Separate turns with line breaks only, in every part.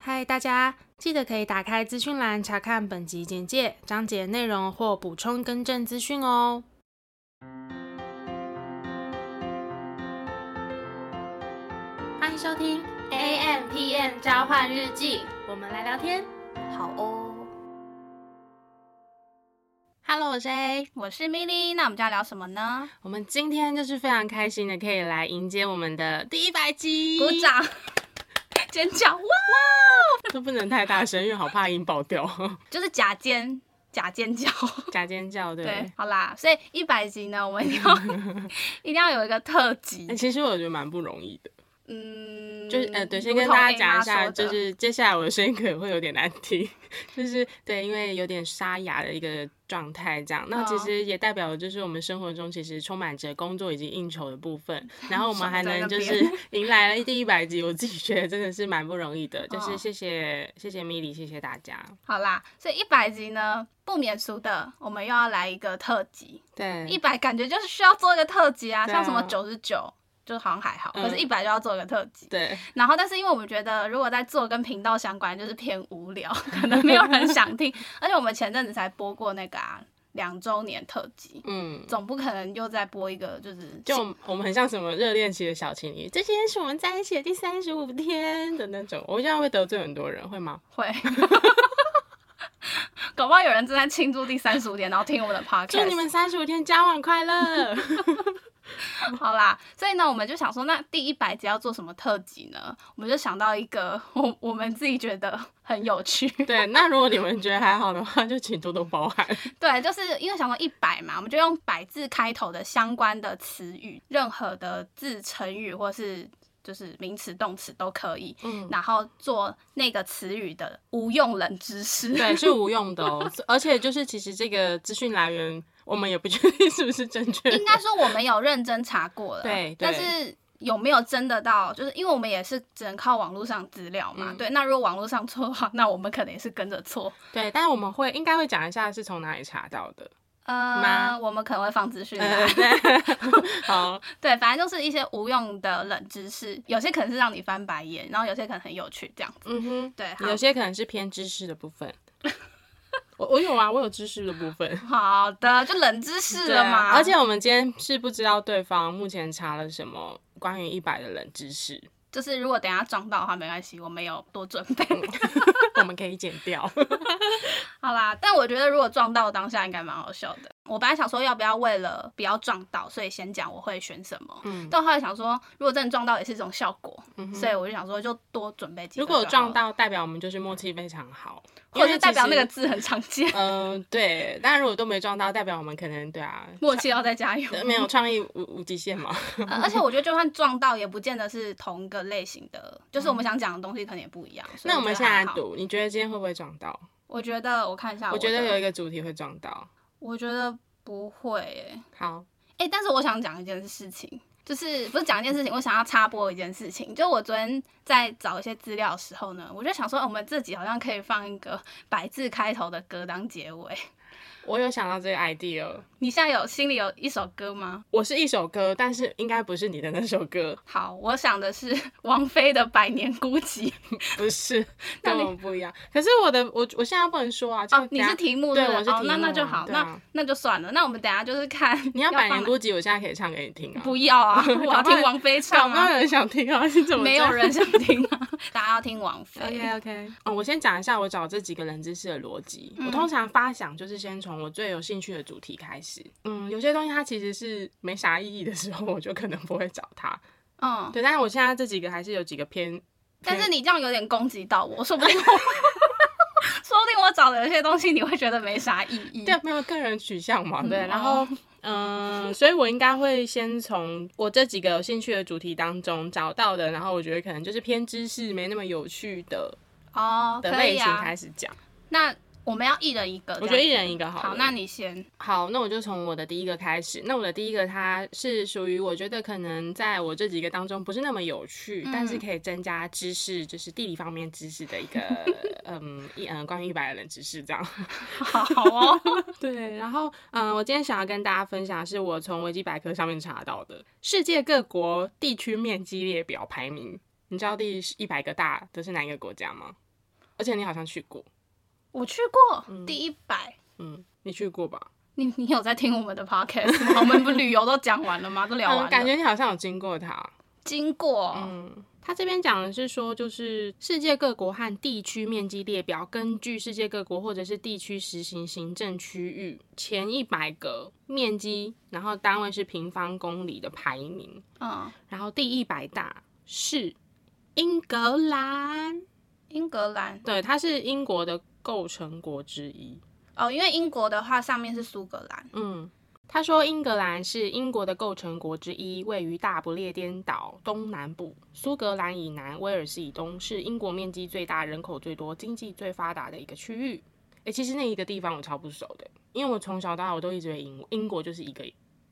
嗨，大家记得可以打开资讯栏查看本集简介、章节内容或补充更正资讯哦。欢迎收听 A M P M 交换日记，我们来聊天。
好哦，
Hello，我是 A。
我是米莉，那我们就要聊什么呢？
我们今天就是非常开心的，可以来迎接我们的第一百集，
鼓！ 掌，尖叫，哇！
都不能太大声，因为好怕音爆掉，
就是假尖假尖叫。
假尖叫，对。
对，好啦，所以一百集呢，我们一定要 一定要有一个特辑
哎、。其实我觉得蛮不容易的，
嗯，
就是呃，对，先
如
跟
同
大家
A
讲一
妈
下，
说
就
的
是接下来我的声音可能会有点难听，就是 对，因为有点沙哑的一个状态这样。那其
哦
实也代表就是我们生活中其实充满着工作以及应酬的部 分，然后我们
爽
还
在
能
那
就
边
是 迎来了第一百集，我自己觉得真的是蛮不容易的，就是
哦
谢谢谢谢米莉，谢谢大家。
好啦，所以一百集呢，不免俗的，我们又要来一个特辑。
对，
一百感觉就是需要做一个特辑啊，
对啊
像什么九十九。就好像还好，
嗯
可是一百就要做一个特辑。
对
然后，但是因为我们觉得，如果在做跟频道相关，就是偏无聊， 可能没有人 想听。而且我们前阵子才播过那个啊两周年特辑，
嗯。
总不可能又再播一个就是
就我们我们很像什么热恋期的小情侣，这今天是我们在一起的第三十五天的那种，我这样会得罪很多人，会吗？
会。 搞不好有人正在庆祝第三十五天，然后听我们的 podcast。
祝你们三十五天交往快乐！
好啦，所以呢，我们就想说，那第一百集要做什么特辑呢？我们就想到一个，我我们自己觉得很有趣。
对，那如果你们觉得还好的话，就请多多包涵。
对，就是因为想说一百嘛，我们就用百字开头的相关的词语，任何的字、成语或是就是名词、动词都可以，
嗯，
然后做那个词语的无用冷知识。
对，是无用的哦。而且就是，其实这个资讯来源我们也不确定是不是正确的。
应该说我们有认真查过了，
对对
但是有没有真的到，就是因为我们也是只能靠网络上资料嘛，
嗯
对。那如果网络上错的话，那我们可能也是跟着错。
对，但是我们会应该会讲一下是从哪里查到的。吗
呃，我们可能会放资讯栏，
呃，对， 好，
对，反正就是一些无用的冷知识，有些可能是让你翻白眼，然后有些可能很有趣，这样子。
嗯哼，
对，好
有，些可能是偏知识的部分。我我有啊，我有知识的部分。
好的，就冷知识
对
了
啊
嘛。
而且我们今天是不知道对方目前查了什么关于一百的冷知识，
就是如果等一下撞到的话没关系，我们有多准备。
嗯我们可以剪掉。
好啦，但我觉得如果撞到当下应该蛮好笑的。我本来想说要不要为了不要撞到，所以先讲我会选什么。
嗯
但后来想说，如果真的撞到也是一种效果，
嗯哼
所以我就想说就多准备几个。
如果有撞，到，代表我们就是默契非常好，
嗯或者是代表
因
那
为
个
其实。
字很常见，
嗯、对。但如果都没撞到，代表我们可能对啊，
默契嗯要再 加油。
呃没有创意无无极限嘛。
呃而且我觉得就算撞到，也不见得是同一个类型的，就是我们想讲的东西可能也不一样。
嗯
所以
那我们
觉
现
得还
在
好，
赌，你觉得今天会不会撞到？
我觉得我看一下，
我
我
觉得
的
有一，个主题会撞到。
我觉得不会耶、
好，
哎、但是我想讲一件事情，就是不是讲一件事情，我想要插播一件事情。就我昨天在找一些资料的时候呢，我就想说，呃我们自己好像可以放一个百字开头的歌当结尾。
我有想到这个 idea。
你现在有心里有一首歌吗？
我是一首歌，但是应该不是你的那首歌，
好，我想的是王菲的《百年孤寂》
不是，
那
跟
你
我们不一样。可是我的，我我现在不能说啊。就
哦，你
等
是
下
题目
对
不
我是
哦，
题
那那
目
就好，
对
那
啊
那就算了。那我们等一下就是看
你要百
放
年
哪
孤寂，我现在可以唱给你听啊。
不要 啊，我要
搞不好
听王菲
搞
唱
不好
啊，
有人想听啊？你怎么这
没有
样
人想听啊，大家要听王菲。
OK，哦，我先讲一下我找这几个冷知识的逻辑。
嗯
我通常发想就是先从我最有兴趣的主题开始。嗯，有些东西它其实是没啥意义的时候，我就可能不会找它。
嗯，
对，但是我现在这几个还是有几个偏，
但是你这样有点攻击到我，说不定我， 说不定我找的有些东西你会觉得没啥意义。
对，啊没有个人取向嘛，对。
嗯
然后
哦，
嗯，所以我应该会先从我这几个有兴趣的主题当中找到的，然后我觉得可能就是偏知识没那么有趣的
哦，
的
可
类
以
型
啊。
开始讲。
那我们要一人一个，
我觉得一
这样
人一个好
子
了。
好，那你先。
好，那我就从我的第一个开始。那我的第一个，它是属于我觉得可能在我这几个当中不是那么有趣，但是可以增加知识，就是地理方面知识的一 个，嗯，一嗯，关于一百人知识这样。
好哦，
对，然后嗯，我今天想要跟大家分享的是我从维基百科上面查到的世界各国地区面积列表排名。你知道第一百个大的是哪一个国家吗？而且你好像去过，
我去过、第一百，
嗯，你去过吧？
你你有在听我们的 podcast 吗？我们不旅游都讲完了吗？都聊完了，
嗯，感觉你好像有经过它。
经过、
嗯，他这边讲的是说，就是世界各国和地区面积列表，根据世界各国或者是地区实行行政区域前一百个面积，然后单位是平方公里的排名，
嗯，
然后第一百大是英格兰，
英格兰
对，它是英国的构成国之一。
哦，因为英国的话上面是苏格兰，
嗯，他说英格兰是英国的构成国之一，位于大不列颠岛东南部，苏格兰以南，威尔士以东，是英国面积最大、人口最多、经济最发达的一个区域。诶，其实那一个地方我超不熟的，因为我从小到大我都一直以为英英国就是一个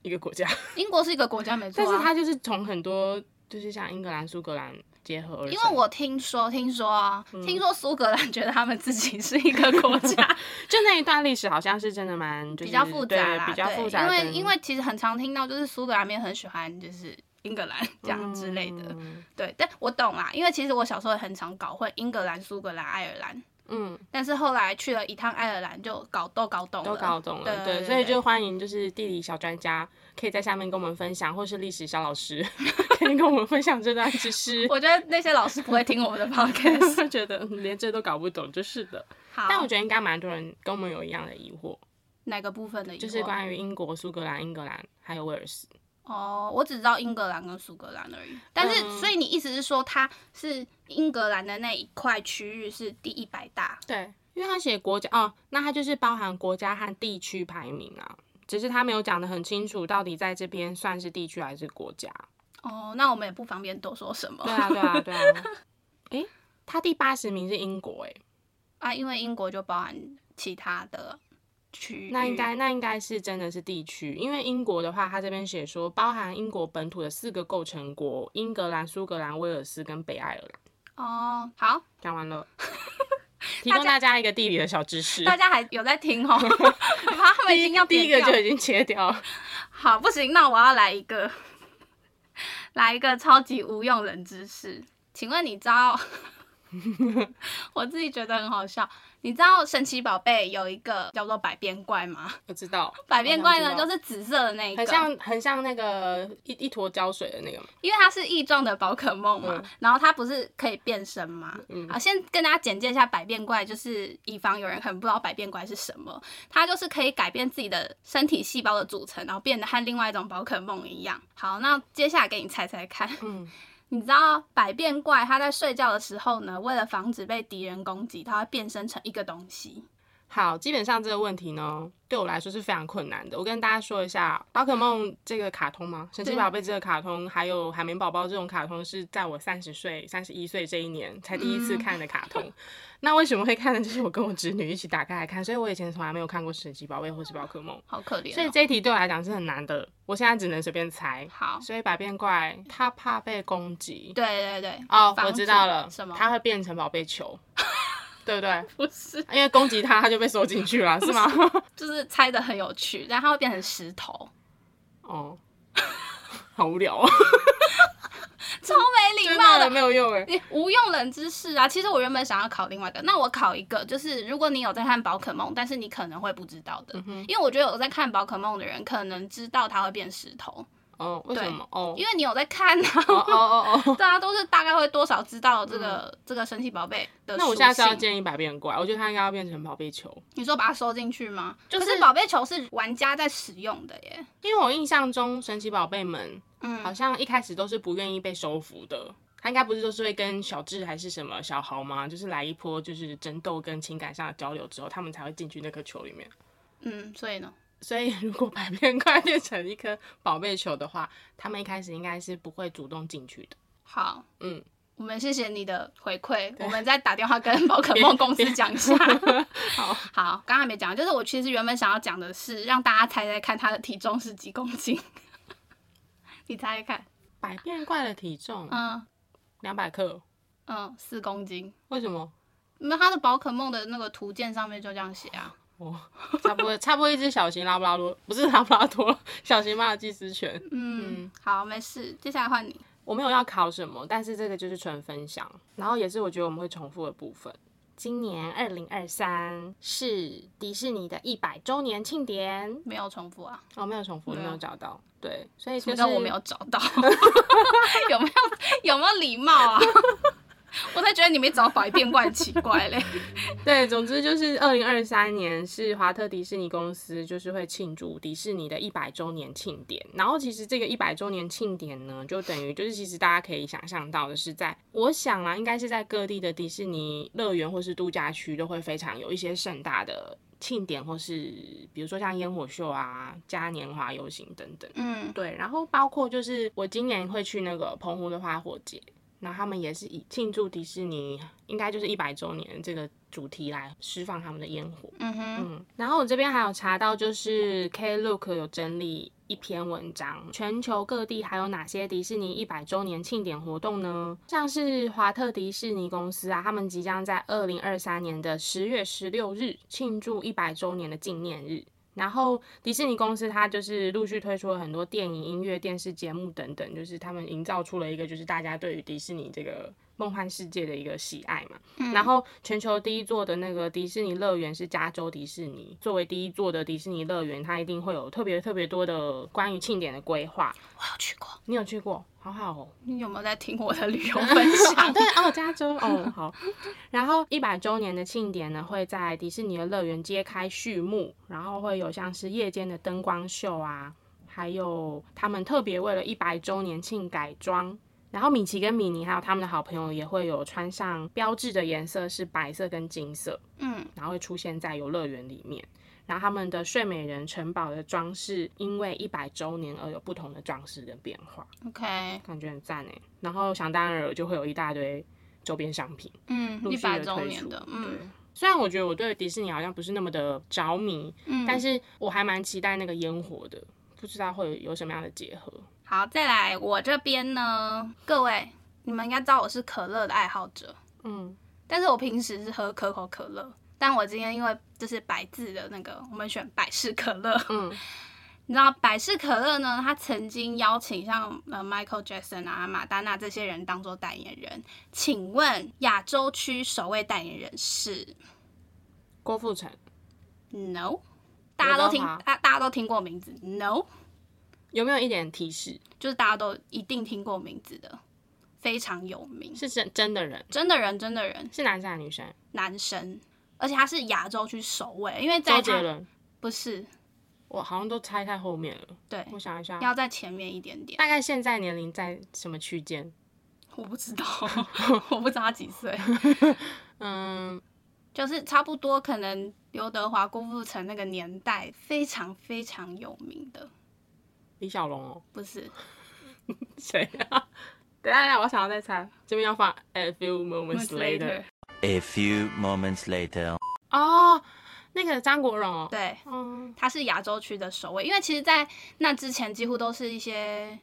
一个国 家，
英国是一个国家没错、
但
啊，
是它就是从很多就是像英格兰、苏格兰结合而成。
因为我听说，听说啊，
嗯
听说苏格兰觉得他们自己是一个国 家，
就那一段历史好像是真的蛮、就是、
比较复杂
对
啦，
比较
对
复杂
因
跟，
为因为其实很常听到，就是苏格兰面很喜欢就是英格兰这样之类的，
嗯
对。但我懂啦，因为其实我小时候也很常搞混英格兰、苏格兰、爱尔兰，
嗯，
但是后来去了一趟爱尔兰，就搞都搞懂了，
都搞懂了，
对
对，所以就欢迎就是地理小专家可以在下面跟我们分享，或是历史小老师 可以跟我们分享这段知识。
我觉得那些老师不会听我们的 podcast。
我觉得嗯连这都搞不懂，就是的。
好，
但我觉得应该蛮多人跟我们有一样的疑惑，
哪个部分的疑惑？
就是关于英国、苏格兰、英格兰还有威尔士。
哦，我只知道英格兰跟苏格兰而已。但是，
嗯
所以你意思是说，它是英格兰的那一块区域是第一百大？
对，因为他写国家哦，那他就是包含国家和地区排名啊，只是他没有讲的很清楚，到底在这边算是地区还是国家。
哦，那我们也不方便多说什么
对啊，对啊，对啊。 诶、他第八十名是英国、诶。
啊，因为英国就包含其他的区域。
那应该那应该是真的是地区，因为英国的话，它这边写说包含英国本土的四个构成国：英格兰、苏格兰、威尔斯跟北爱尔兰。
哦，好，
讲完 了，提供大家一个地理的小知识。
大家还有在听 哦，好，他们已经要
第一
点
个
掉
就已经切掉 了，
好，不行，那我要来一个，来一个超级无用冷知识。请问你知道？ 我自己觉得很好笑。你知道神奇宝贝有一个叫做百变怪吗？
我哦知道。
百变怪呢，就是是紫色的那一
很
个，
像很像那个一一坨胶水的那个嘛。
因为它是异状的宝可梦嘛。然后它不是可以变身吗？
嗯
好，先跟大家简介一下百变怪，就是以防有人可能不知道百变怪是什么，它就是可以改变自己的身体细胞的组成，然后变得和另外一种宝可梦一样。好，那接下来给你猜猜看，
嗯，
你知道百变怪它在睡觉的时候呢，为了防止被敌人攻击，它会变身成一个东西。
好，基本上这个问题呢，对我来说是非常困难的。我跟大家说一下，宝可梦这个卡通吗？神奇
对
宝贝这个卡通，还有海绵宝宝这种卡通，是在我三十岁、三十一岁这一年才第一次看的卡通。 那为什么会看呢？就是我跟我侄女一起打开来看，所以我以前从来没有看过神奇宝贝或是宝可梦，
好可怜、哦。
所以这一题对我来讲是很难的。我现在只能随便猜。
好，
所以百变怪它怕被攻击。
对对对，
哦，
防
我
止
知道了，
什么？
它会变成宝贝 球，对不对？
不是，
因为攻击它，它就被收进去 了，是吗？
就是猜的很有趣，但它会变成石头，
哦， 好无 聊啊，
超没礼
真
貌
的
的。
没有用哎。
你无用冷知识啊！其实我原本想要考另外一个，那我考一个，就是如果你有在看宝可梦，但是你可能会不知道
嗯
的，因为我觉得有在看宝可梦的人可能知道它会变石头，
哦，为什么？哦，
因为你有在看啊。
哦哦 哦哦。嗯
大家都是大概会多少知道这个、这个神奇宝贝的属性。
那我下次要建议百变怪，我觉得它应该要变成宝贝球，
你说把它收进去吗？
就
可
是
是宝贝球是玩家在使用的耶。
因为我印象中神奇宝贝们
嗯，
好像一开始都是不愿意被收服的。他应该不是都是会跟小智还是什么小豪吗？就是来一波就是争斗跟情感上的交流之后，他们才会进去那颗球里面。
嗯，所以呢，
所以如果百变怪变成一颗宝贝球的话，他们一开始应该是不会主动进去的。
好，
嗯，
我们谢谢你的回馈，我们再打电话跟宝可梦公司讲一下。
好，
好，刚才没讲，就是我其实原本想要讲的是让大家猜猜看它的体重是几公斤， 你猜猜看，
百变怪的体重
嗯
两百克，
嗯，四公斤。
为什么？
那它的宝可梦的那个图鉴上面就这样写啊，
哦，差不多，差不多一只小型拉布拉多，不是拉布拉多， 小型马尔济斯犬。
嗯，好，没事，接下来换你，
我没有要考什么，但是这个就是纯分享，然后也是我觉得我们会重复的部分。今年二零二三是迪士尼的一百周年庆典。
没有重复啊，
哦，没有重复，
没有
没有找到。对，所以
什
就
么
是
叫我没有找到？ 有没有有没有礼貌啊？ 我才觉得你没找到一遍怪奇怪嘞。
对，总之就是二零二三年是华特迪士尼公司就是会庆祝迪士尼的一百周年庆典。然后其实这个一百周年庆典呢，就等于就是其实大家可以想象到的是在，我想啊，应该是在各地的迪士尼乐园或是度假区都会非常有一些盛大的庆典，或是比如说像烟火秀啊、嘉年华游行等等。
嗯，
对，然后包括就是我今年会去那个澎湖的花火节，那他们也是以庆祝迪士尼应该就是一百周年这个主题来释放他们的烟火。
嗯哼，
嗯，然后我这边还有查到，就是 Klook 有整理一篇文章，全球各地还有哪些迪士尼一百周年庆典活动呢？像是华特迪士尼公司啊，他们即将在二零二三年的十月十六日庆祝一百周年的纪念日。然后迪士尼公司它就是陆续推出了很多电影、音乐、电视节目等等，就是他们营造出了一个就是大家对于迪士尼这个梦幻世界的一个喜爱嘛。然后全球第一座的那个迪士尼乐园是加州迪士尼，作为第一座的迪士尼乐园，它一定会有特别特别多的关于庆典的规划。
我有去过。
你有去过？好好哦。
你有没有在听我的旅游分享？
对哦，加州哦好。然后一百周年的庆典呢，会在迪士尼的乐园揭开序幕，然后会有像是夜间的灯光秀啊，还有他们特别为了一百周年庆改装。然后米奇跟米妮还有他们的好朋友也会有穿上标志的颜色是白色跟金色，
嗯，
然后会出现在游乐园里面。然后他们的睡美人城堡的装饰，因为一百周年而有不同的装饰跟变化。
OK，
感觉很赞哎。然后想当然尔就会有一大堆周边商品。
嗯，
陆
一
续地
百周
推
年
出
的，
对
嗯
虽然我觉得我对迪士尼好像不是那么的着迷，
嗯。
但是我还蛮期待那个烟火的，不知道会有什么样的结合。
好，再来我这边呢，各位，你们应该知道我是可乐的爱好者，
嗯，
但是我平时是喝可口可乐，但我今天因为就是百字的那个，我们选百事可乐，
嗯，
你知道百事可乐呢，它曾经邀请像呃 Michael Jackson 啊、马丹娜这些人当做代言人，请问亚洲区首位代言人是
郭富城
No？大家都听
刘德华，
大大家都听过名字，No，
有没有一点提示？
就是大家都一定听过名字的，非常有名，
是真真的人，
真的人，真的人。
是男生还是女生？
男生，而且他是亚洲区首位，因为在
周杰
他
伦，
不是
我好像都猜太后面了。
对，
我想一下，哦
要在前面一点点。
大概现在年龄在什么区间？
我 不知道，我不知道他几岁，
嗯，
就是差不多可能刘德华、郭富城那个年代非常非常有名的，
李小龙哦，
不是
谁啊？ 等一下，等一下，我想要再猜，这边要放 a few moments later。
A few moments later.
哦，那个张国荣哦，
对，
嗯，
他是亚洲区的首位，因为其实，在那之前几乎都是一些。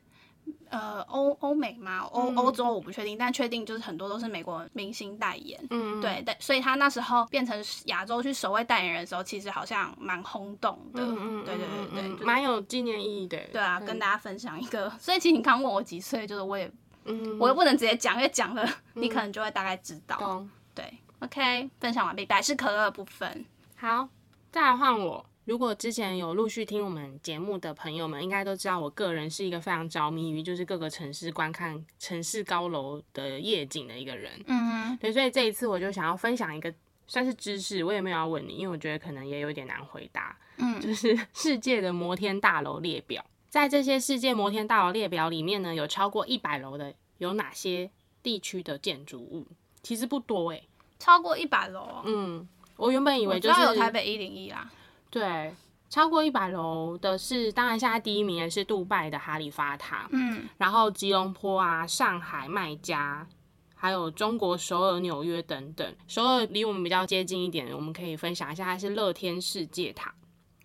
呃，欧欧美嘛，欧
嗯
欧洲我不确定，但确定就是很多都是美国明星代言。
嗯，
对，但所以他那时候变成亚洲区首位代言人的时候，其实好像蛮轰动的。
嗯，嗯嗯，
对对对对，
嗯
就是
蛮有纪念意义的。
对啊，跟大家分享一个。所以其实你刚问我几岁，就是我也、
嗯，
我也
我
不能直接讲，因为讲了、你可能就会大概知道。
懂。
对，OK，分享完毕，百事可乐的部分。
好，再来换我。如果之前有陆续听我们节目的朋友们，应该都知道，我个人是一个非常着迷于就是各个城市观看城市高楼的夜景的一个人。
嗯
对，所以这一次我就想要分享一个算是知识，我也没有要问你，因为我觉得可能也有点难回答。
嗯
就是 世界的摩天大楼列表。在这些世界摩天大楼列表里面呢，有超过一百楼的有哪些地区的建筑物？其实不多诶、
超过一百楼哦，
嗯，我原本以
我
为
知
就是
道有台北一零一啦。
对。超过一百楼的是，当然现在第一名的是杜拜的哈利法塔，
嗯
然后吉隆坡啊、上海、麦加，还有中国首尔、纽约等等。首尔离我们比较接近一点，我们可以分享一下，它是乐天世界塔。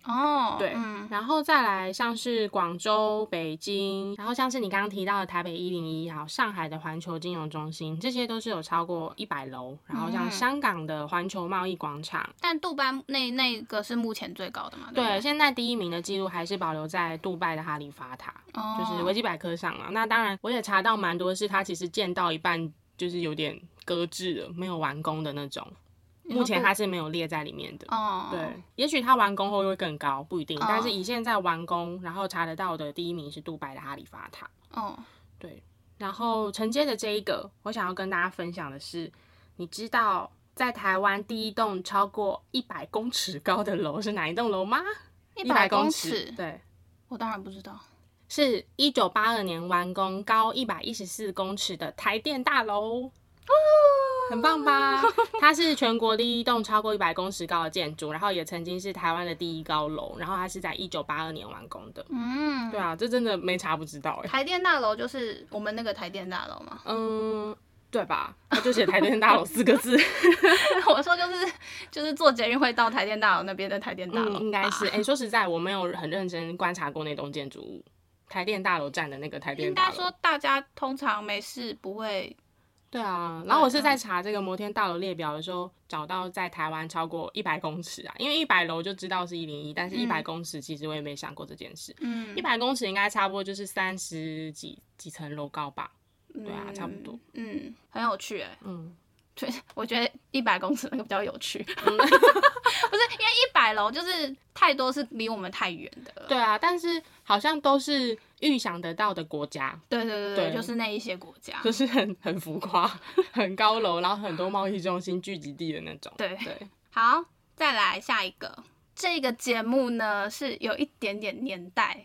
哦，
对
嗯
然后再来像是广州、北京，然后像是你刚刚提到的台北一零一，还有上海的环球金融中心，这些都是有超过一百楼。然后像
嗯
香港的环球贸易广场，
但杜拜那那个是目前最高的嘛？对不
对，
对，
现在第一名的记录还是保留在杜拜的哈利法塔，
哦
就是维基百科上啊嘛。那当然，我也查到蛮多是它其实建到一半就是有点搁置了，没有完工的那种。目前
嗯不
它是没有列在里面的。
哦，
对，也许它完工后又会更高，不一定。
哦
但是以现在完工，然后查得到的第一名是杜拜的哈利法塔。
哦，
对，然后承接着这一个，我想要跟大家分享的是，你知道在台湾第一栋超过一百公尺高的楼是哪一栋楼吗？
一
100
百
公
尺，
对，
我当然不知道。
是一九八二年完工，高一百一十四公尺的台电大楼。很棒 吧？它是全国第一栋超过一百公尺高的建筑，然后也曾经是台湾的第一高楼，然后它是在一九八二年完工的。
嗯，
对啊，这真的没查不知道哎、
台电大楼就是我们那个台电大楼嘛。
嗯，对吧？它就写台电大楼四个 字。
我说就是就是坐捷运会到台电大楼那边的台电大楼，啊
嗯、应该是。哎、说实在，我没有很认真观察过那栋建筑物，台电大楼站的那个台电
应
大
该
楼。
说大家通常没事不会
对啊，然后我是
嗯
在查这个摩天大楼列表的时候，找到在台湾超过一百公尺啊，因为一百楼就知道是一零一，但是一百
嗯
公尺其实我也没想过这件事。
嗯
一百公尺应该差不多就是三十几几层楼高吧？对啊，差不多。
嗯，很有趣哎、
嗯，
对， 我觉得一百公尺那个比较有趣， 不是
嗯
因为一百楼就是太多是离我们太远的了。
对啊，但是好像都是预想得到的国家，
对对对对，
对
就是那一些国家。
就是很很浮夸、很高楼，然后很多贸易中心聚集地的那种。
对
对，
好，再来下一个。这个节目呢是有一点点 年代，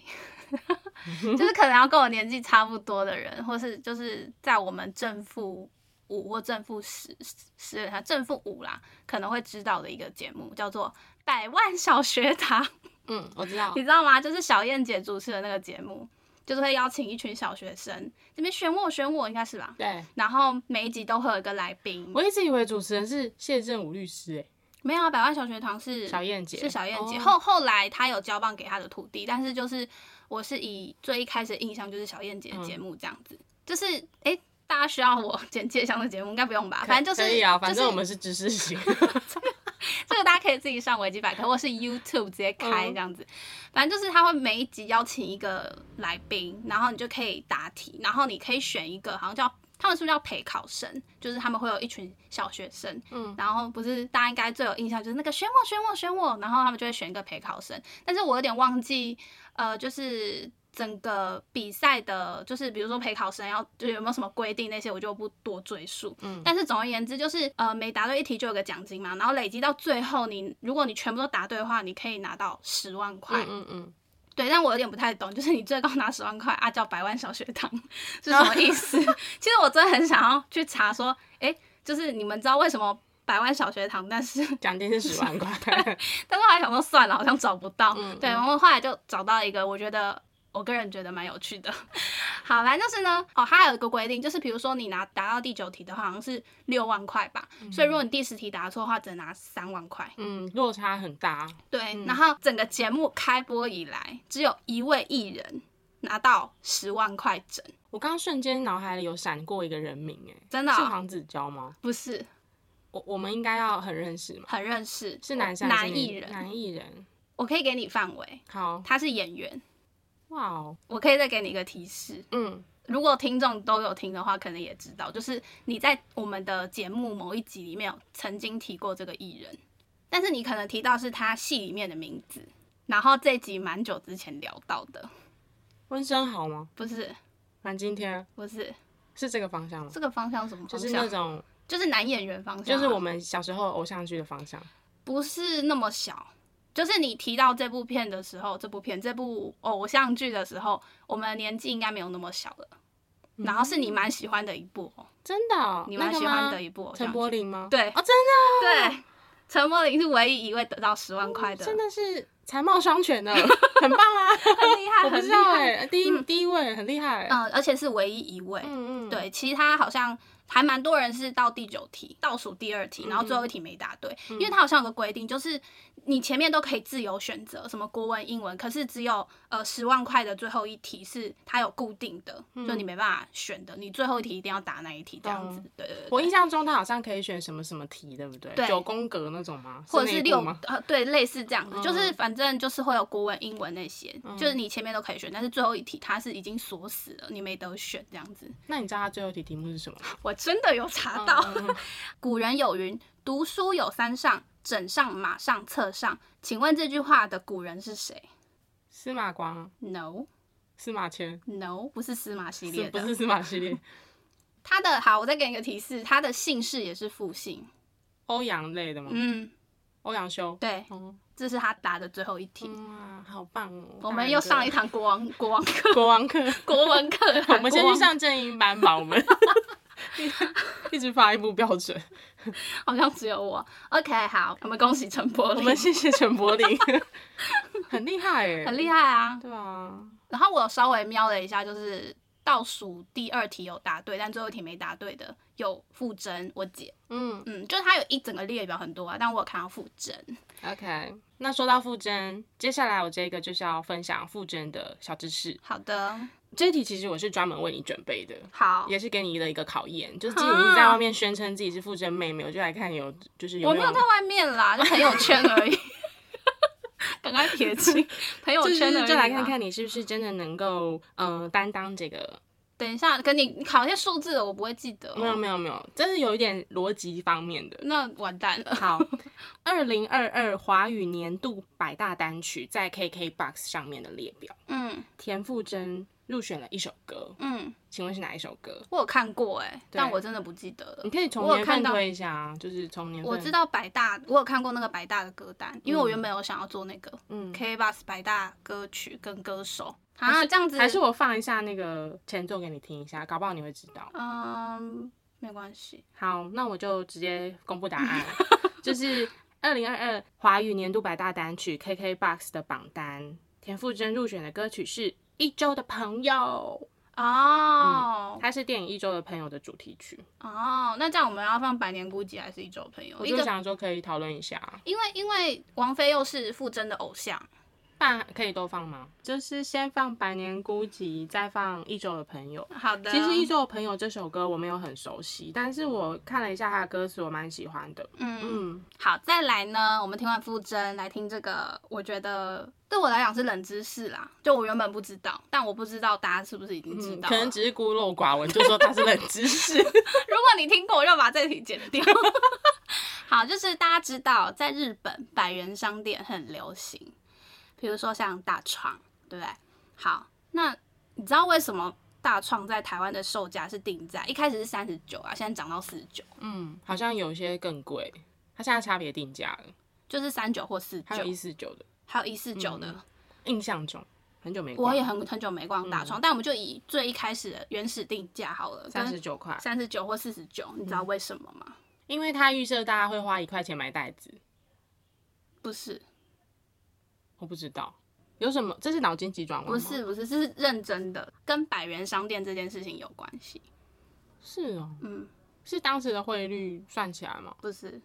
就是可能要跟我年纪差不多的人，或是就是在我们正负五或正负十十啊正负五啦，可能会知道的一个节目，叫做《百万小学堂》。
嗯，我知道
你。知道吗？就是小燕姐主持的那个节目，就是会邀请一群小学生这边选我选我，应该是吧？
对，
然后每一集都会有一个来宾，
我一直以为主持人是谢振武律师、欸，
没有啊，百万小学堂是
小燕姐
是小燕姐。
哦
后后来她有交棒给她的徒弟，但是就是我是以最一开始的印象就是小燕姐的
嗯
节目这样子，就是诶，大家需要我 简介一下的节目，应该不用吧？反正就
可
是
以啊，反正我
就是
们是知识 型。
这个大家可以自己上维基百科或是 YouTube 直接开这样子。反正就是他会每一集邀请一个来宾，然后你就可以答题，然后你可以选一个好像叫。他们是不是叫陪考生？就是他们会有一群小学生，
嗯
然后不是大家应该最有印象就是那个选我选我选我，然后他们就会选一个陪考生。但是我有点忘记，呃，就是整个比赛的，就是比如说陪考生要就是有没有什么规定那些，我就不多赘述。
嗯
但是总而言之，就是呃，每答对一题就有个奖金嘛，然后累积到最后你，如果你全部都答对的话，你可以拿到十万块。
嗯嗯，
对，但我有点不太懂，就是你最高拿十万块啊，叫百万小学堂是什么意 思？其实我真的很想要去查说，诶，就是你们知道为什么百万小学堂，但是
奖金是十万 块。
但是后来想说算了，好像找不到。
嗯
对，
嗯
然后后来就找到一个，我觉得我个人觉得蛮有趣的。好，反正就是呢，哦，它还有一个规定，就是比如说你拿答到第九题的话，好像是六万块吧，所以如果你第十题答错的话，只能拿三万块。
嗯，落差很大。
对，
嗯
然后整个节目开播以来，只有一位艺人拿到十万块整，
我刚刚瞬间脑海里有闪过一个人名、欸，
真的
是
哦
黄子佼吗？
不是
我我们应该要很认识嘛？
很认识，
是男生还
男
是
艺
女
人，
男艺人。
我可以给你范围，
好，
他是演员，
哇哦，
我可以再给你一个提示。
嗯
如果听众都有听的话，可能也知道，就是你在我们的节目某一集里面有曾经提过这个艺人，但是你可能提到是他戏里面的名字，然后这一集蛮久之前聊到的，
温升豪吗？
不是
反今天
不是
是这个方向吗？
这个方向是什么
就
方
是那
向？
种，
就是男演员方向
就
啊、
是我们小时候偶像剧的方向。
不是那么小。就是你提到这部片的时候，这部片这部偶像剧的时候，我们的年纪应该没有那么小了。然后是你蛮喜欢的一部哦，
真的哦、
你
那
蛮
个
喜欢
吗
的一部偶像
陈
剧
柏霖吗？
对
哦，真的
对，陈柏霖是唯一一位得到十万哦块的，
真的是才貌双全 的，很棒啊！
很厉害，
我不
很
知
厉
道
害。
哎、第一、第一位很厉害、欸，
欸嗯，而且是唯一一位。
嗯嗯，，
对，其他好像还蛮多人是到第九题，倒数第二题，然后最后一题没答对，因为它好像有个规定，就是你前面都可以自由选择什么国文、英文，可是只有呃十万块的最后一题是它有固定的，就你没办法选的，你最后一题一定要答那一题这样子
懂。
对对对
我
对。
印象中他好像可以选什么什么题，对不对？
对
九宫格那种吗？
或者
那
是
一部
六
吗？嗯
呃对类似这样子，就是反正就是会有国文、英文那些，就是你前面都可以选，但是最后一题它是已经锁死了，你没得选这样子。
那你知道他最后一题题目是什么吗？嗯
我真的有查到，古人有云：“读书有三上：枕上、马上、侧上。请问这句话的古人是谁
司马光、
？No
司马迁，
No，不是司马系
是
列
不
的。
是司马系列？
他的好，我再给你一个提示，他的姓氏也是复姓。
欧阳类的吗？
嗯，
欧阳修。
对，
哦，
这是他答的最后一题。
嗯哇，好棒哦！
我们又上了一堂国王国王 课、
国王课，
国文课。
我们先
国
去
王
上正音班吧。我 们一直发音不标准。
好像只有我。OK，好，我们恭喜陈柏霖，
我们谢谢陈柏 霖，很厉害耶，
很厉害啊。
对啊，
然后我有稍微瞄了一下，就是倒数第二题有答对，但最后一题没答对的有傅征，我姐。
嗯
嗯，就是她有一整个列表很多啊，但我有看到傅征。
，OK。那说到傅征，接下来我这个就是要分享傅征的小知识。
好的，
这一题其实我是专门为你准备的，
好，
也是给你的一个考验。就是既然你在外面宣称自己是傅征妹妹，我就来看有就是有
我
没
没
有
有在外面啦，就朋友圈 而已。赶快撇清朋友
就是
圈而已、啊
就来看。看你是不是真的能够嗯、呃担当这个。
等一下，跟你你考一些数字的，我不会记得、哦
没有没有没有，这是有一点逻辑方面 的。
那完蛋了。
好， 二零二二华语年度百大单曲在 KKBOX 上面的列表，
嗯
田馥甄入选了一首歌，
嗯，
请问是哪一首歌？
我有看过哎、
对
但我真的不记得了
你。可以从
我
年
有看
份
到
推一下啊，就是从年份。
我知，道百大，我有看过那个百大的歌单，因为我
嗯
原本有想要做那个
嗯，
K Bus 百大歌曲跟歌手
还
啊，
是
这样子
还是我放一下那个前奏给你听一下，搞不好你会知道。
嗯，没关系，
好，那我就直接公布答 案，就是二零二二华语年度百大单曲 KKBOX 的榜单，田馥甄入选的歌曲是《一周的朋友
哦、
它是电影《一周的朋友》的主题曲。
哦，那这样我们要放百年孤寂还是一周朋友？
我
一
就
个，
想说可以讨论一下，
因为因为王菲又是傅征的偶像，
半可以都放吗？就是先放《百年孤寂》，再放《一周的朋友》。
好的，
其实《一周的朋友》这首歌我没有很熟悉，但是我看了一下它的歌词，我蛮喜欢的。
嗯，
嗯，
好，再来呢，我们听完傅征来听这个，我觉得对我来讲是冷知识啦，就我原本不知道，但我不知道大家是不是已经知道了、
嗯可能只是孤陋寡闻，就说它是冷知识。
如果你听过，我就把这题剪掉。 好，就是大家知道，在日本百元商店很流行，比如说像大创，对不对？好，那你知道为什么大创在台湾的售价是定在一开始是三十九啊，现在涨到四十九，
嗯，好像有些更贵，它现在差别定价了，
就是三九或四
还有一嗯
九，
四九的，
还有一四九的。
印象中很久没逛。
我也很很久没逛大创，但我们就以最一开始的原始定价好了，
嗯三十九啊块，
三十九或四十九，你知道为什么吗？
因为它预设大家会花一块钱买袋子，
不是，
我不知道有什么，这是脑筋急转弯吗
不是，不是，这是认真的，跟百元商店这件事情有关系。
是哦，
嗯，
是当时的汇率算起来吗？
不是，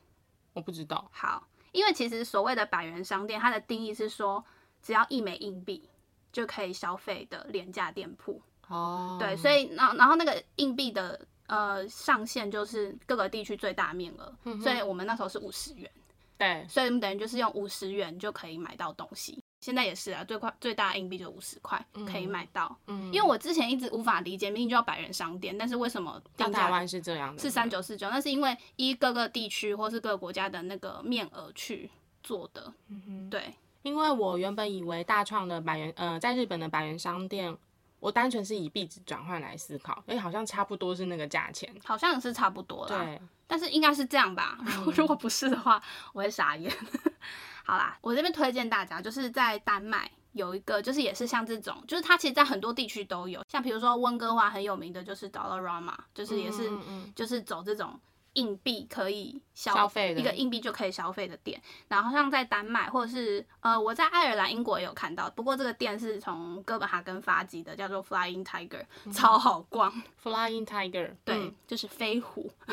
我不知道。
好，因为其实所谓的百元商店，它的定义是说，只要一枚硬币就可以消费的廉价店铺。
哦
对，所
以
以然后然后那个硬币的呃上限就是各个地区最大面额，
嗯哼
所以我们那时候是五十元，
对，
所以我们等于就是用五十元就可以买到东西。现在也是啊，最快最大的硬币就五十块可以买到。
嗯，
因为我之前一直无法理解，明明就要百元商店，但是为什么
到
定
台
价
湾是这样的，
是三，九四九，那是因为依各个地区或是各个国家的那个面额去做的。
嗯
对，
因为我原本以为大创的百元，呃，在日本的百元商店，我单纯是以币值转换来思考，哎，好像差不多是那个价钱。
好像是差不多啦。
对，嗯
但是应该是这样吧？ 如果不是的话，我会傻眼。 好啦，我这边推荐大家，就是在丹麦有一个，就是也是像这种，就是它其实在很多地区都有，像比如说温哥华很有名的就是 Dollarama，就是也是、
嗯嗯嗯
就是走这种硬币可以消
消费的
一个硬币就可以消费的店。然后像在丹麦或者是呃我在爱尔兰、英国也有看到，不过这个店是从哥本哈根发迹的，叫做 Flying Tiger，、超好逛，
Flying Tiger，
对，
嗯
就是飞虎，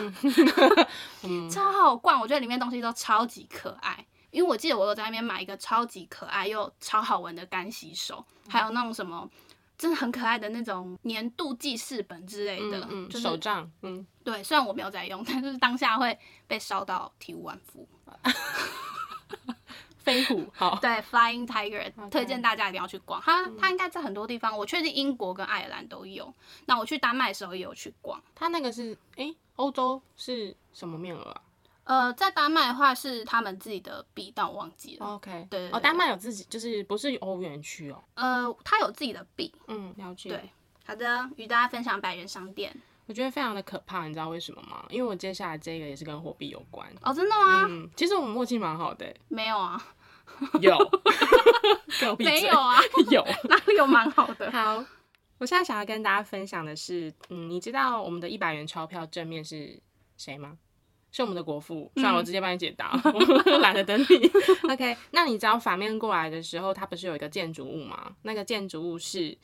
嗯
超好逛。我觉得里面东西都超级可爱。因为我记得我有在那边买一个超级可爱又超好闻的干洗手，还有那种什么真的很可爱的那种年度记事本之类的，
嗯嗯，
就是
手账，嗯，
对，虽然我没有在用，但 就是当下会被烧到体无完肤。
飞虎，好，
对，Flying Tiger
哦 OK 嗯
推荐大家一定要去逛，它它应该在很多地方，我确定英国跟爱尔兰都有。那我去丹麦的时候也有去逛，
它那个是，哎，欧洲是什么面额啊？
呃，在丹麦的话是他们自己的币，但我忘记了。
OK，
对对
哦，
对
丹麦有自己，就是不是欧元区哦。
呃，它有自己的币。
嗯，了解。
对，好的，与大家分享百元商店。
我觉得非常的可怕，你知道为什么吗？因为我接下来这个也是跟货币有关。
哦，真的吗？
嗯，其实我们默契蛮好的、
没有啊，
有， 给我闭嘴
没有啊，
有。
哪里有蛮好 的？
好，我现在想要跟大家分享的是，嗯，你知道我们的一百元钞票正面是谁吗？是我们的国父。算了，我直接帮你解答， 我懒得等你。OK，那你知道反面过来的时候，它不是有一个建筑物吗？那个建筑物是。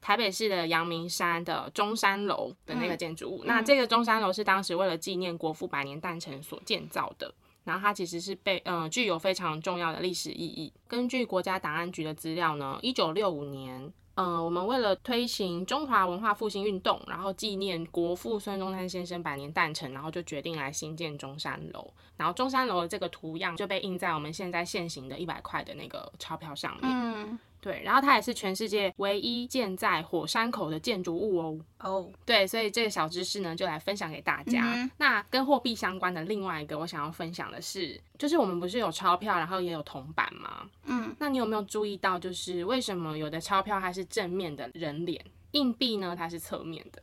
台北市的阳明山的中山楼的那个建筑物，那这个中山楼是当时为了纪念国父百年诞辰所建造的。然后它其实是被呃具有非常重要的历史意义。根据国家档案局的资料呢，一九六五年，呃，我们为了推行中华文化复兴运动，然后纪念国父孙中山先生百年诞辰，然后就决定来新建中山楼。然后中山楼的这个图样就被印在我们现在现行的一百块的那个钞票上面。
嗯，
对，然后它也是全世界唯一建在火山口的建筑物哦。
哦，
对，所以这个小知识呢，就来分享给大家。
嗯哼
那跟货币相关的另外一个，我想要分享的是，就是我们不是有钞票，然后也有铜板吗？
嗯，
那你有没有注意到，就是为什么有的钞票它是正面的人脸，硬币呢它是侧面的？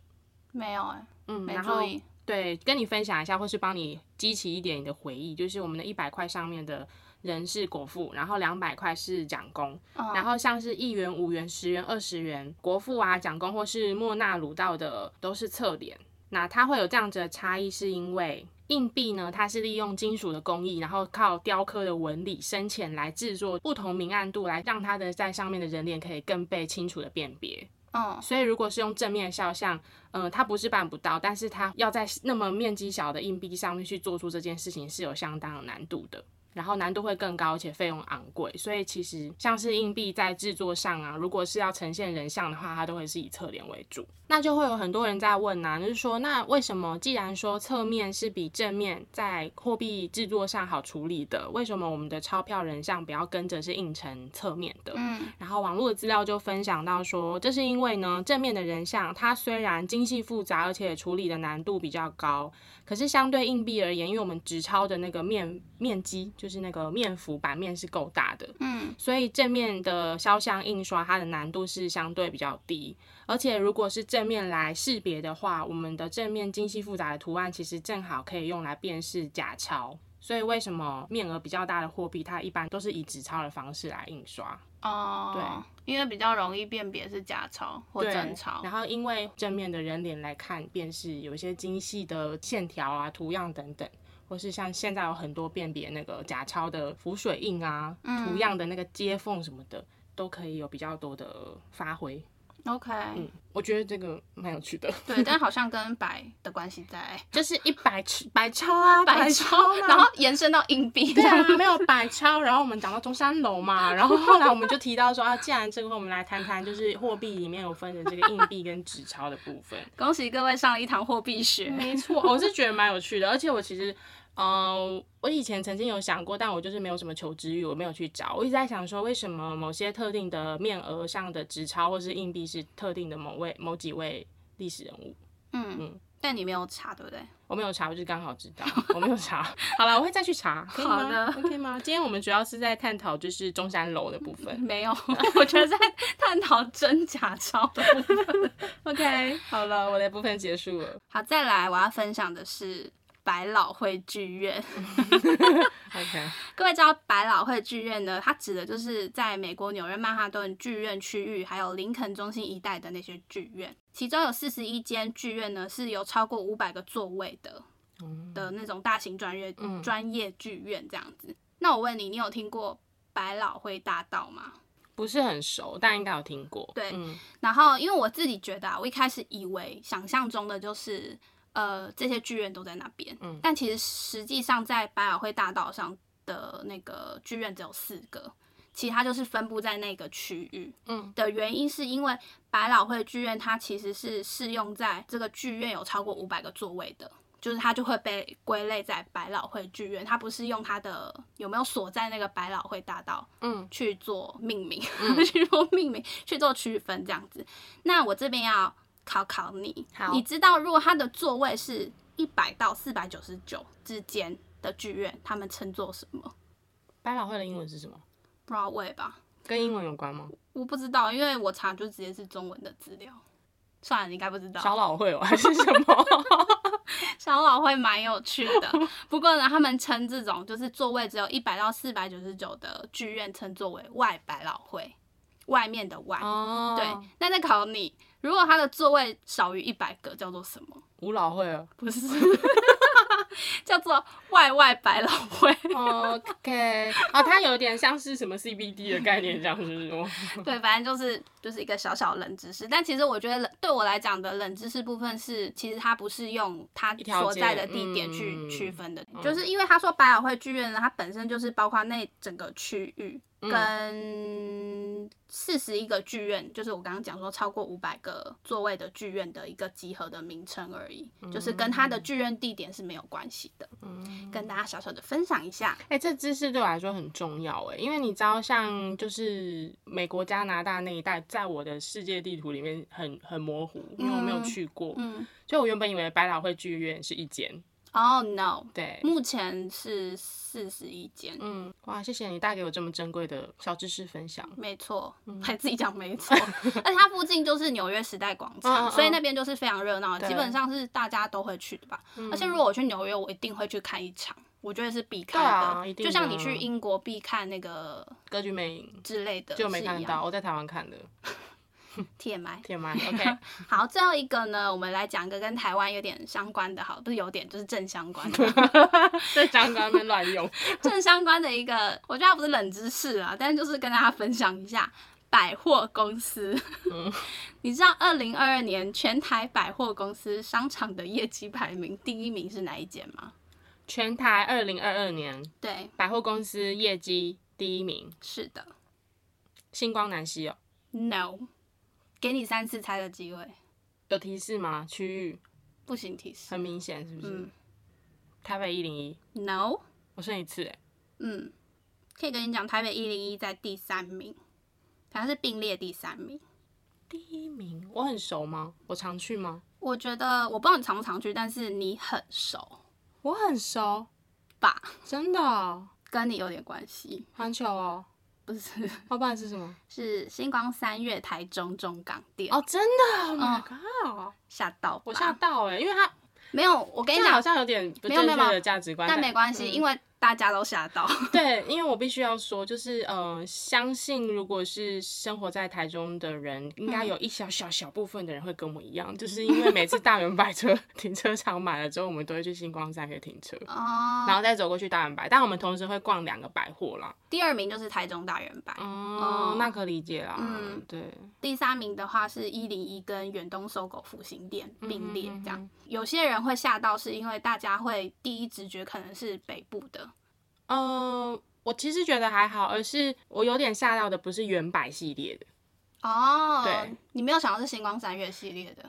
没有哎、
嗯，
没
然
注
后
意。
对，跟你分享一下，或是帮你激起一点你的回忆，就是我们的一百块上面的人是国父，然后两百块是蒋公，
嗯
然后像是一元、五元、十元、二十元，国父啊、蒋公或是莫纳鲁道的都是侧脸。那它会有这样子的差异，是因为硬币呢，它是利用金属的工艺，然后靠雕刻的纹理深浅来制作不同明暗度，来让它的在上面的人脸可以更被清楚的辨别。
嗯
所以如果是用正面肖像，呃，它不是办不到，但是它要在那么面积小的硬币上面去做出这件事情是有相当的难度的。然后难度会更高，而且费用昂贵，所以其实像是硬币在制作上啊，如果是要呈现人像的话，它都会是以侧脸为主。那就会有很多人在问啊，就是说，那为什么既然说侧面是比正面在货币制作上好处理的，为什么我们的钞票人像不要跟着是印成侧面的？
嗯
然后网络的资料就分享到说，这是因为呢，正面的人像它虽然精细复杂，而且处理的难度比较高，可是相对硬币而言，因为我们纸钞的那个面面积，就是那个面幅版面是够大的，
嗯
所以正面的肖像印刷它的难度是相对比较低。而且如果是正面来识别的话，我们的正面精细复杂的图案其实正好可以用来辨识假钞。所以为什么面额比较大的货币，它一般都是以纸钞的方式来印刷？
哦，对，因为比较容易辨别是假钞或
对，
真钞
然。后因为正面的人脸来看，便是有一些精细的线条啊、图样等等，或是像现在有很多辨别那个假钞的浮水印啊、
嗯
图样的那个接缝什么的，都可以有比较多的发挥。
OK，、
嗯，我觉得这个蛮有趣的，
对，但好像跟白的关系在
就是一百尺百钞啊，
白
钞
钞，
啊
然后延伸到硬币这
对
样。
啊，没有百超。然后我们讲到中山楼嘛，然后后来我们就提到说，啊，既然这个话我们来谈谈，就是货币里面有分的这个硬币跟纸钞的部分。
恭喜各位上了一堂货币学。
没错，哦我是觉得蛮有趣的，而且我其实，嗯、我以前曾经有想过，但我就是没有什么求知欲，我没有去找。我一直在想说，为什么某些特定的面额上的纸钞或是硬币是特定的某位某几位历史人物？
嗯，但你没有查，对不对？
我没有查，我就是刚好知道，我没有查。好了，我会再去查，可以吗
好的
，OK 吗？今天我们主要是在探讨就是中山楼的部分。
没有， 我觉得在探讨真假钞的部分。
OK，好了，我的部分结束了。
好，再来我要分享的是百老汇剧院。
OK，
各位知道百老汇剧院呢，它指的就是在美国纽约曼哈顿剧院区域，还有林肯中心一带的那些剧院，其中有四十一间剧院呢是有超过五百个座位的的那种大型专业
嗯
专业剧院这样子。那我问你，你有听过百老汇大道吗？
不是很熟，但应该有听过。
对
嗯
然后因为我自己觉得啊，我一开始以为想象中的就是呃这些剧院都在那边，
嗯
但其实实际上在百老汇大道上的那个剧院只有四个。其他就是分布在那个区域
嗯
的原因，是因为百老汇剧院它其实是适用在这个剧院有超过五百个座位的，就是它就会被归类在百老汇剧院，它不是用它的有没有锁在那个百老汇大道
嗯
去做命名， 去做命名，去做区分这样子。那我这边要考考你
好，
你知道如果它的座位是一百到四百九十九之间的剧院，他们称作什么
百老汇的英文是什么？
？Broadway 吧？
跟英文有关吗？
我嗯不知道，因为我查就直接是中文的资料。算了，你应该不知道。
小老会哦，还是什 么？
小老会蛮有趣的，不过呢，他们称这种就是座位只有一百到四百九十九的剧院，称作为外百老汇，外面的外。
哦，
对，那再考你，如果它的座位少于一百个，叫做什么？
五老会哦。
不是， 叫做外外百老汇。
OK，哦，它有点像是什么 CBD 的概念，这样是不是？哦
对，反正就是就是一个小小的冷知识，但其实我觉得冷对我来讲的冷知识部分是，其实它不是用它
一条
所在
街
的地点去
嗯
区分的，就是因为他说百老汇剧院呢，它本身就是包括那整个区域
嗯
跟四十一个剧院，就是我刚刚讲说超过五百个座位的剧院的一个集合的名称而已，
嗯
就是跟它的剧院地点是没有关系的，
嗯
跟大家小小的分享一下。嗯
哎、这知识对我来说很重要哎，因为你知道，
嗯
像就是美国、加拿大那一带，在我的世界地图里面很很模糊，因为我没有
嗯
去过。
嗯
就我原本以为百老汇剧院是一间，
哦 no，
对，
目前是四十一间。
嗯，哇，谢谢你带给我这么珍贵的小知识分享。
没错，
嗯
还自己讲 没错，而且它附近就是纽约时代广场，
嗯嗯
所以那边就是非常热闹，
对嗯
基本上是大家都会去的吧。而且如果我去纽约，我一定会去看一场，我觉得是必看的，
对啊一定的
就像你去英国必看那个
歌剧魅影
之类的，
就没
是
看
一
到，
样。
我在台湾看的。
TMI。
天麦，OK，
好，最后一个呢，我们来讲一个跟台湾有点相关的，好，不是有点，就是正相关 的。
在香港那边乱用。
正相关的一个， 我觉得它不是冷知识啊，但是就是跟大家分享一下百货公司。 你知道二零二二年全台百货公司商场的业绩排名第一名是哪一间吗？
全台二零二二年
对，
百货公司业绩第一名，
是的
星光南西哦。
，No，给你三次猜的机会，
有提示吗？区域
不行提示
很明显，是不是？
嗯
台北一零一，
，No，
我剩一次哎、
嗯，可以跟你讲，台北一零一在第三名，它是并列第三名。
第一名，我很熟吗？我常去吗？
我觉得我不知道你常不常去，但是你很熟
我很熟，
吧，
真的哦
跟你有点关系，
环球哦，
不是？
要不然是什么？
是星光三月台中中港店，
哦，真的，Oh my god！
吓、到吧
我吓到哎、因为他
没有，我跟你
这样好
讲，
像有点不
没有
正
没有
确
没
的
有
价值观，
但没关
嗯
系，因为大家都 吓到，
对，因为我必须要说，就是呃，相信如果是生活在台中的人，应
嗯
该有一小小小部分的人会跟我一样， 就是因为每次大圆百车 停车场买了之后，我们都会去星光三月停车，
哦、
然后再走过去大圆百，但我们同时会逛两个百货啦。
第二名就是台中大圆百，
哦
哦，
那可理解啦。
嗯
对，
第三名的话是一零一跟远东搜狗复兴店并列
嗯哼
这样。有些人会吓到，是因为大家会第一直觉可能是北部的，
呃，我其实觉得还好，而是我有点吓到的不是原百系列的。
哦
对，
你没有想到是星光三月系列的，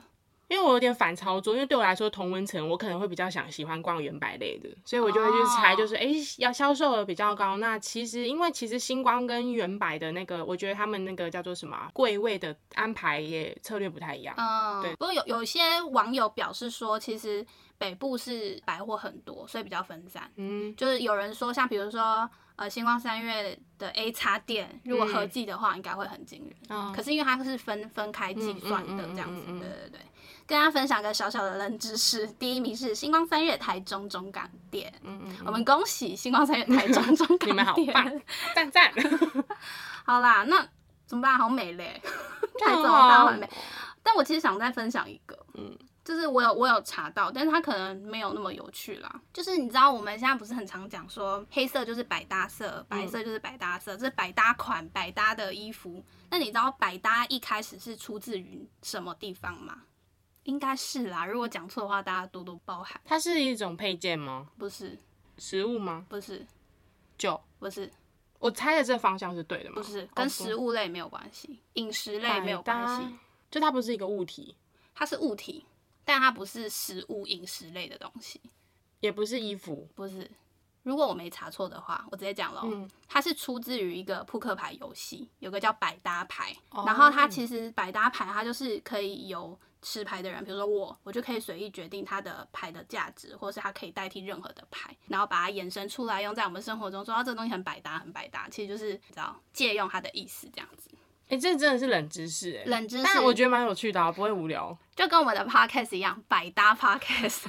因为我有点反操作，因为对我来说，同温层我可能会比较想喜欢逛原百类的，所以我就会去
哦
猜，就是诶，要销售额比较高。那其实因为其实星光跟原百的那个，我觉得他们那个叫做什么啊柜位的安排也策略不太一样。
嗯，
对
不过有有些网友表示说，其实北部是百货很多，所以比较分散。
嗯，
就是有人说，像比如说，呃，星光三月的 A 叉店，如果合
嗯
计的话，应该会很惊人。
啊
可是因为它是分分开计算的
嗯嗯嗯
这样子，
嗯嗯嗯
对对对。跟大家分享个小小的冷知识，第一名是星光三月台中中港店，
嗯嗯，
我们恭喜星光三月台中中港店，
你们好棒，赞赞，
好啦，那怎么办？好美 嘞，台中
很
大
好
完美。但我其实想再分享一个，
嗯
就是我有我有查到，但是它可能没有那么有趣啦。就是你知道我们现在不是很常讲说黑色就是百搭色，白色就是百搭色，这是百搭款、百搭的衣服。那你知道百搭一开始是出自于什么地方吗？应该是啦，如果讲错的话，大家多多包涵。
它是一种配件吗？
不是，
食物吗？
不是，
酒？
不是，
我猜的这方向是对的吗？
不是，跟食
物
物类没有关系，饮食类没有关系，，
就它不是一个物体，
它是物体，但它不是食物、饮食类的东西。
也不是衣服。
不是，如果我没查错的话，我直接讲了、
嗯
它是出自于一个扑克牌游戏，有个叫百搭牌，
哦
然后它其实百搭牌它就是可以由持牌的人，比如说我，我就可以随意决定它的牌的价值，或是它可以代替任何的牌，然后把它衍生出来用在我们生活中，说啊这个东西很百搭，很百搭，其实就是你知道借用它的意思这样子。
哎、这真的是冷知识哎、
冷知识，
但我觉得蛮有趣的、啊，不会无聊。
就跟我们的 podcast 一样，百搭 podcast，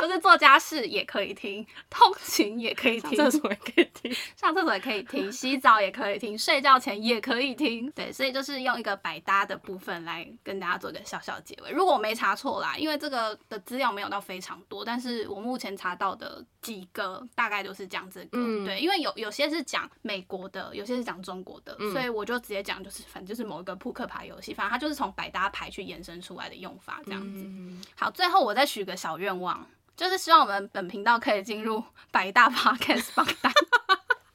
就是 做家事也可以听，通勤也可以
上
听，
厕所也可以听。
上厕所也可以听，洗澡也可以听，睡觉前也可以听。对，所以就是用一个百搭的部分来跟大家做个小小结尾。如果我没查错啦，因为这个的资料没有到非常多，但是我目前查到的几个大概都是讲这个。
嗯
对，因为有有些是讲美国的，有些是讲中国的，
嗯
所以我就直接讲，就是反正就是某一个扑克牌游戏，反正它就是从百搭牌去延伸出来的用法这样子。
嗯，
好，最后我再许个小愿望，就是希望我们本频道可以进入百大 podcast 榜单，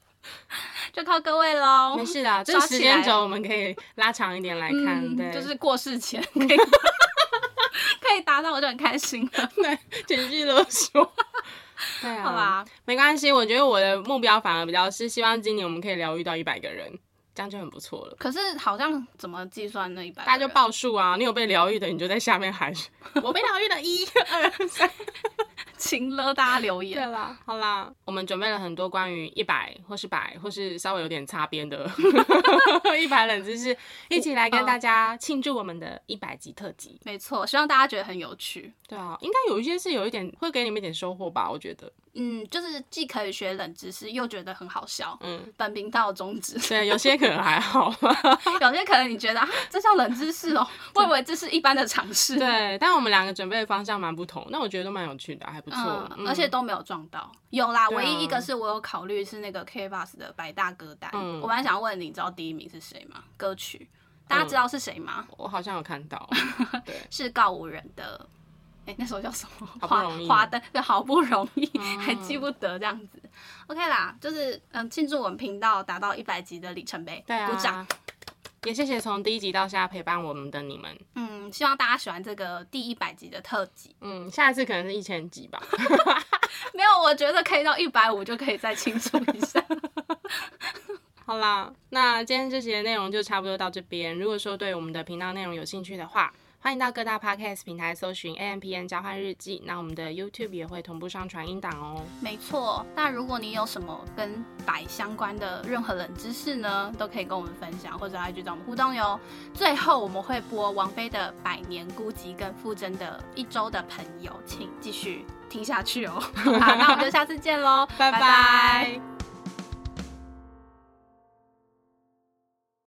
就靠各位喽
没。事啦，这
刷
个
起
时间
来
轴我们可以拉长一点来看，对，
嗯就是过世前可以 可以达到，我就很开心了，
对 情绪勒索。 对啊，
好吧？
没关系，我觉得我的目标反而比较是希望今年我们可以疗愈到一百个人，这样就很不错了。
可是好像怎么计算那一百？
大家就 报数啊，你有被疗愈的，你就在下面喊 我被疗愈了，一二三。
勤了大家留言，
啦，好啦，我们准备了很多关于一百或是百或是稍微有点擦边 的一百冷知识，一起来跟大家庆祝我们的一百集特辑。
没错，希望大家觉得很有趣。
对啊，应该有一些是有一点会给你们一点收获吧，我觉得。
嗯，就是既可以学冷知识，又觉得很好笑。
嗯，
本频道的宗旨，
对，有些可能还好。
有些可能你觉得啊，这叫冷知 识哦，我以为这是一般的常 识。
对，但我们两个准备的方向蛮不同，那我觉得都蛮有趣的，还不错。嗯
而且都没有撞到。有啦，
对啊
唯一一个是我有考虑是那个 K Bus 的百大歌单。
嗯
我本来想问你，知道第一名是谁吗？歌曲，大家
嗯
知道是谁吗？
我好像有看 到，对，
是告五人的。哎、那首叫什么？
好不
华
容易嗯
华灯，对，好不容易、 还记不得这样子。OK 啦，就是嗯，庆祝我们频道达到一百集的里程碑，
对啊，
鼓掌。
也谢谢从第一集到现在陪伴我们的你们。
嗯，希望大家喜欢这个第一百集的特辑。
嗯，下一次可能是一千集吧。
没有，我觉得可以到一百五就可以再庆祝一下。
好啦，那今天这集的内容就差不多到这边。如果说对我们的频道内容有兴趣的话，欢迎到各大 podcast 平台搜寻 A M P N 交换日记。那我们的 YouTube 也会同步上传音档哦。
没错，那如果你有什么跟百相关的任何冷知识呢，都可以跟我们分享，或者 IG 找我们互动哟。最后我们会播王菲的《百年孤寂》跟傅征的《一周的朋友》，请继续听下去哦。好，那我们就下次见喽，
拜拜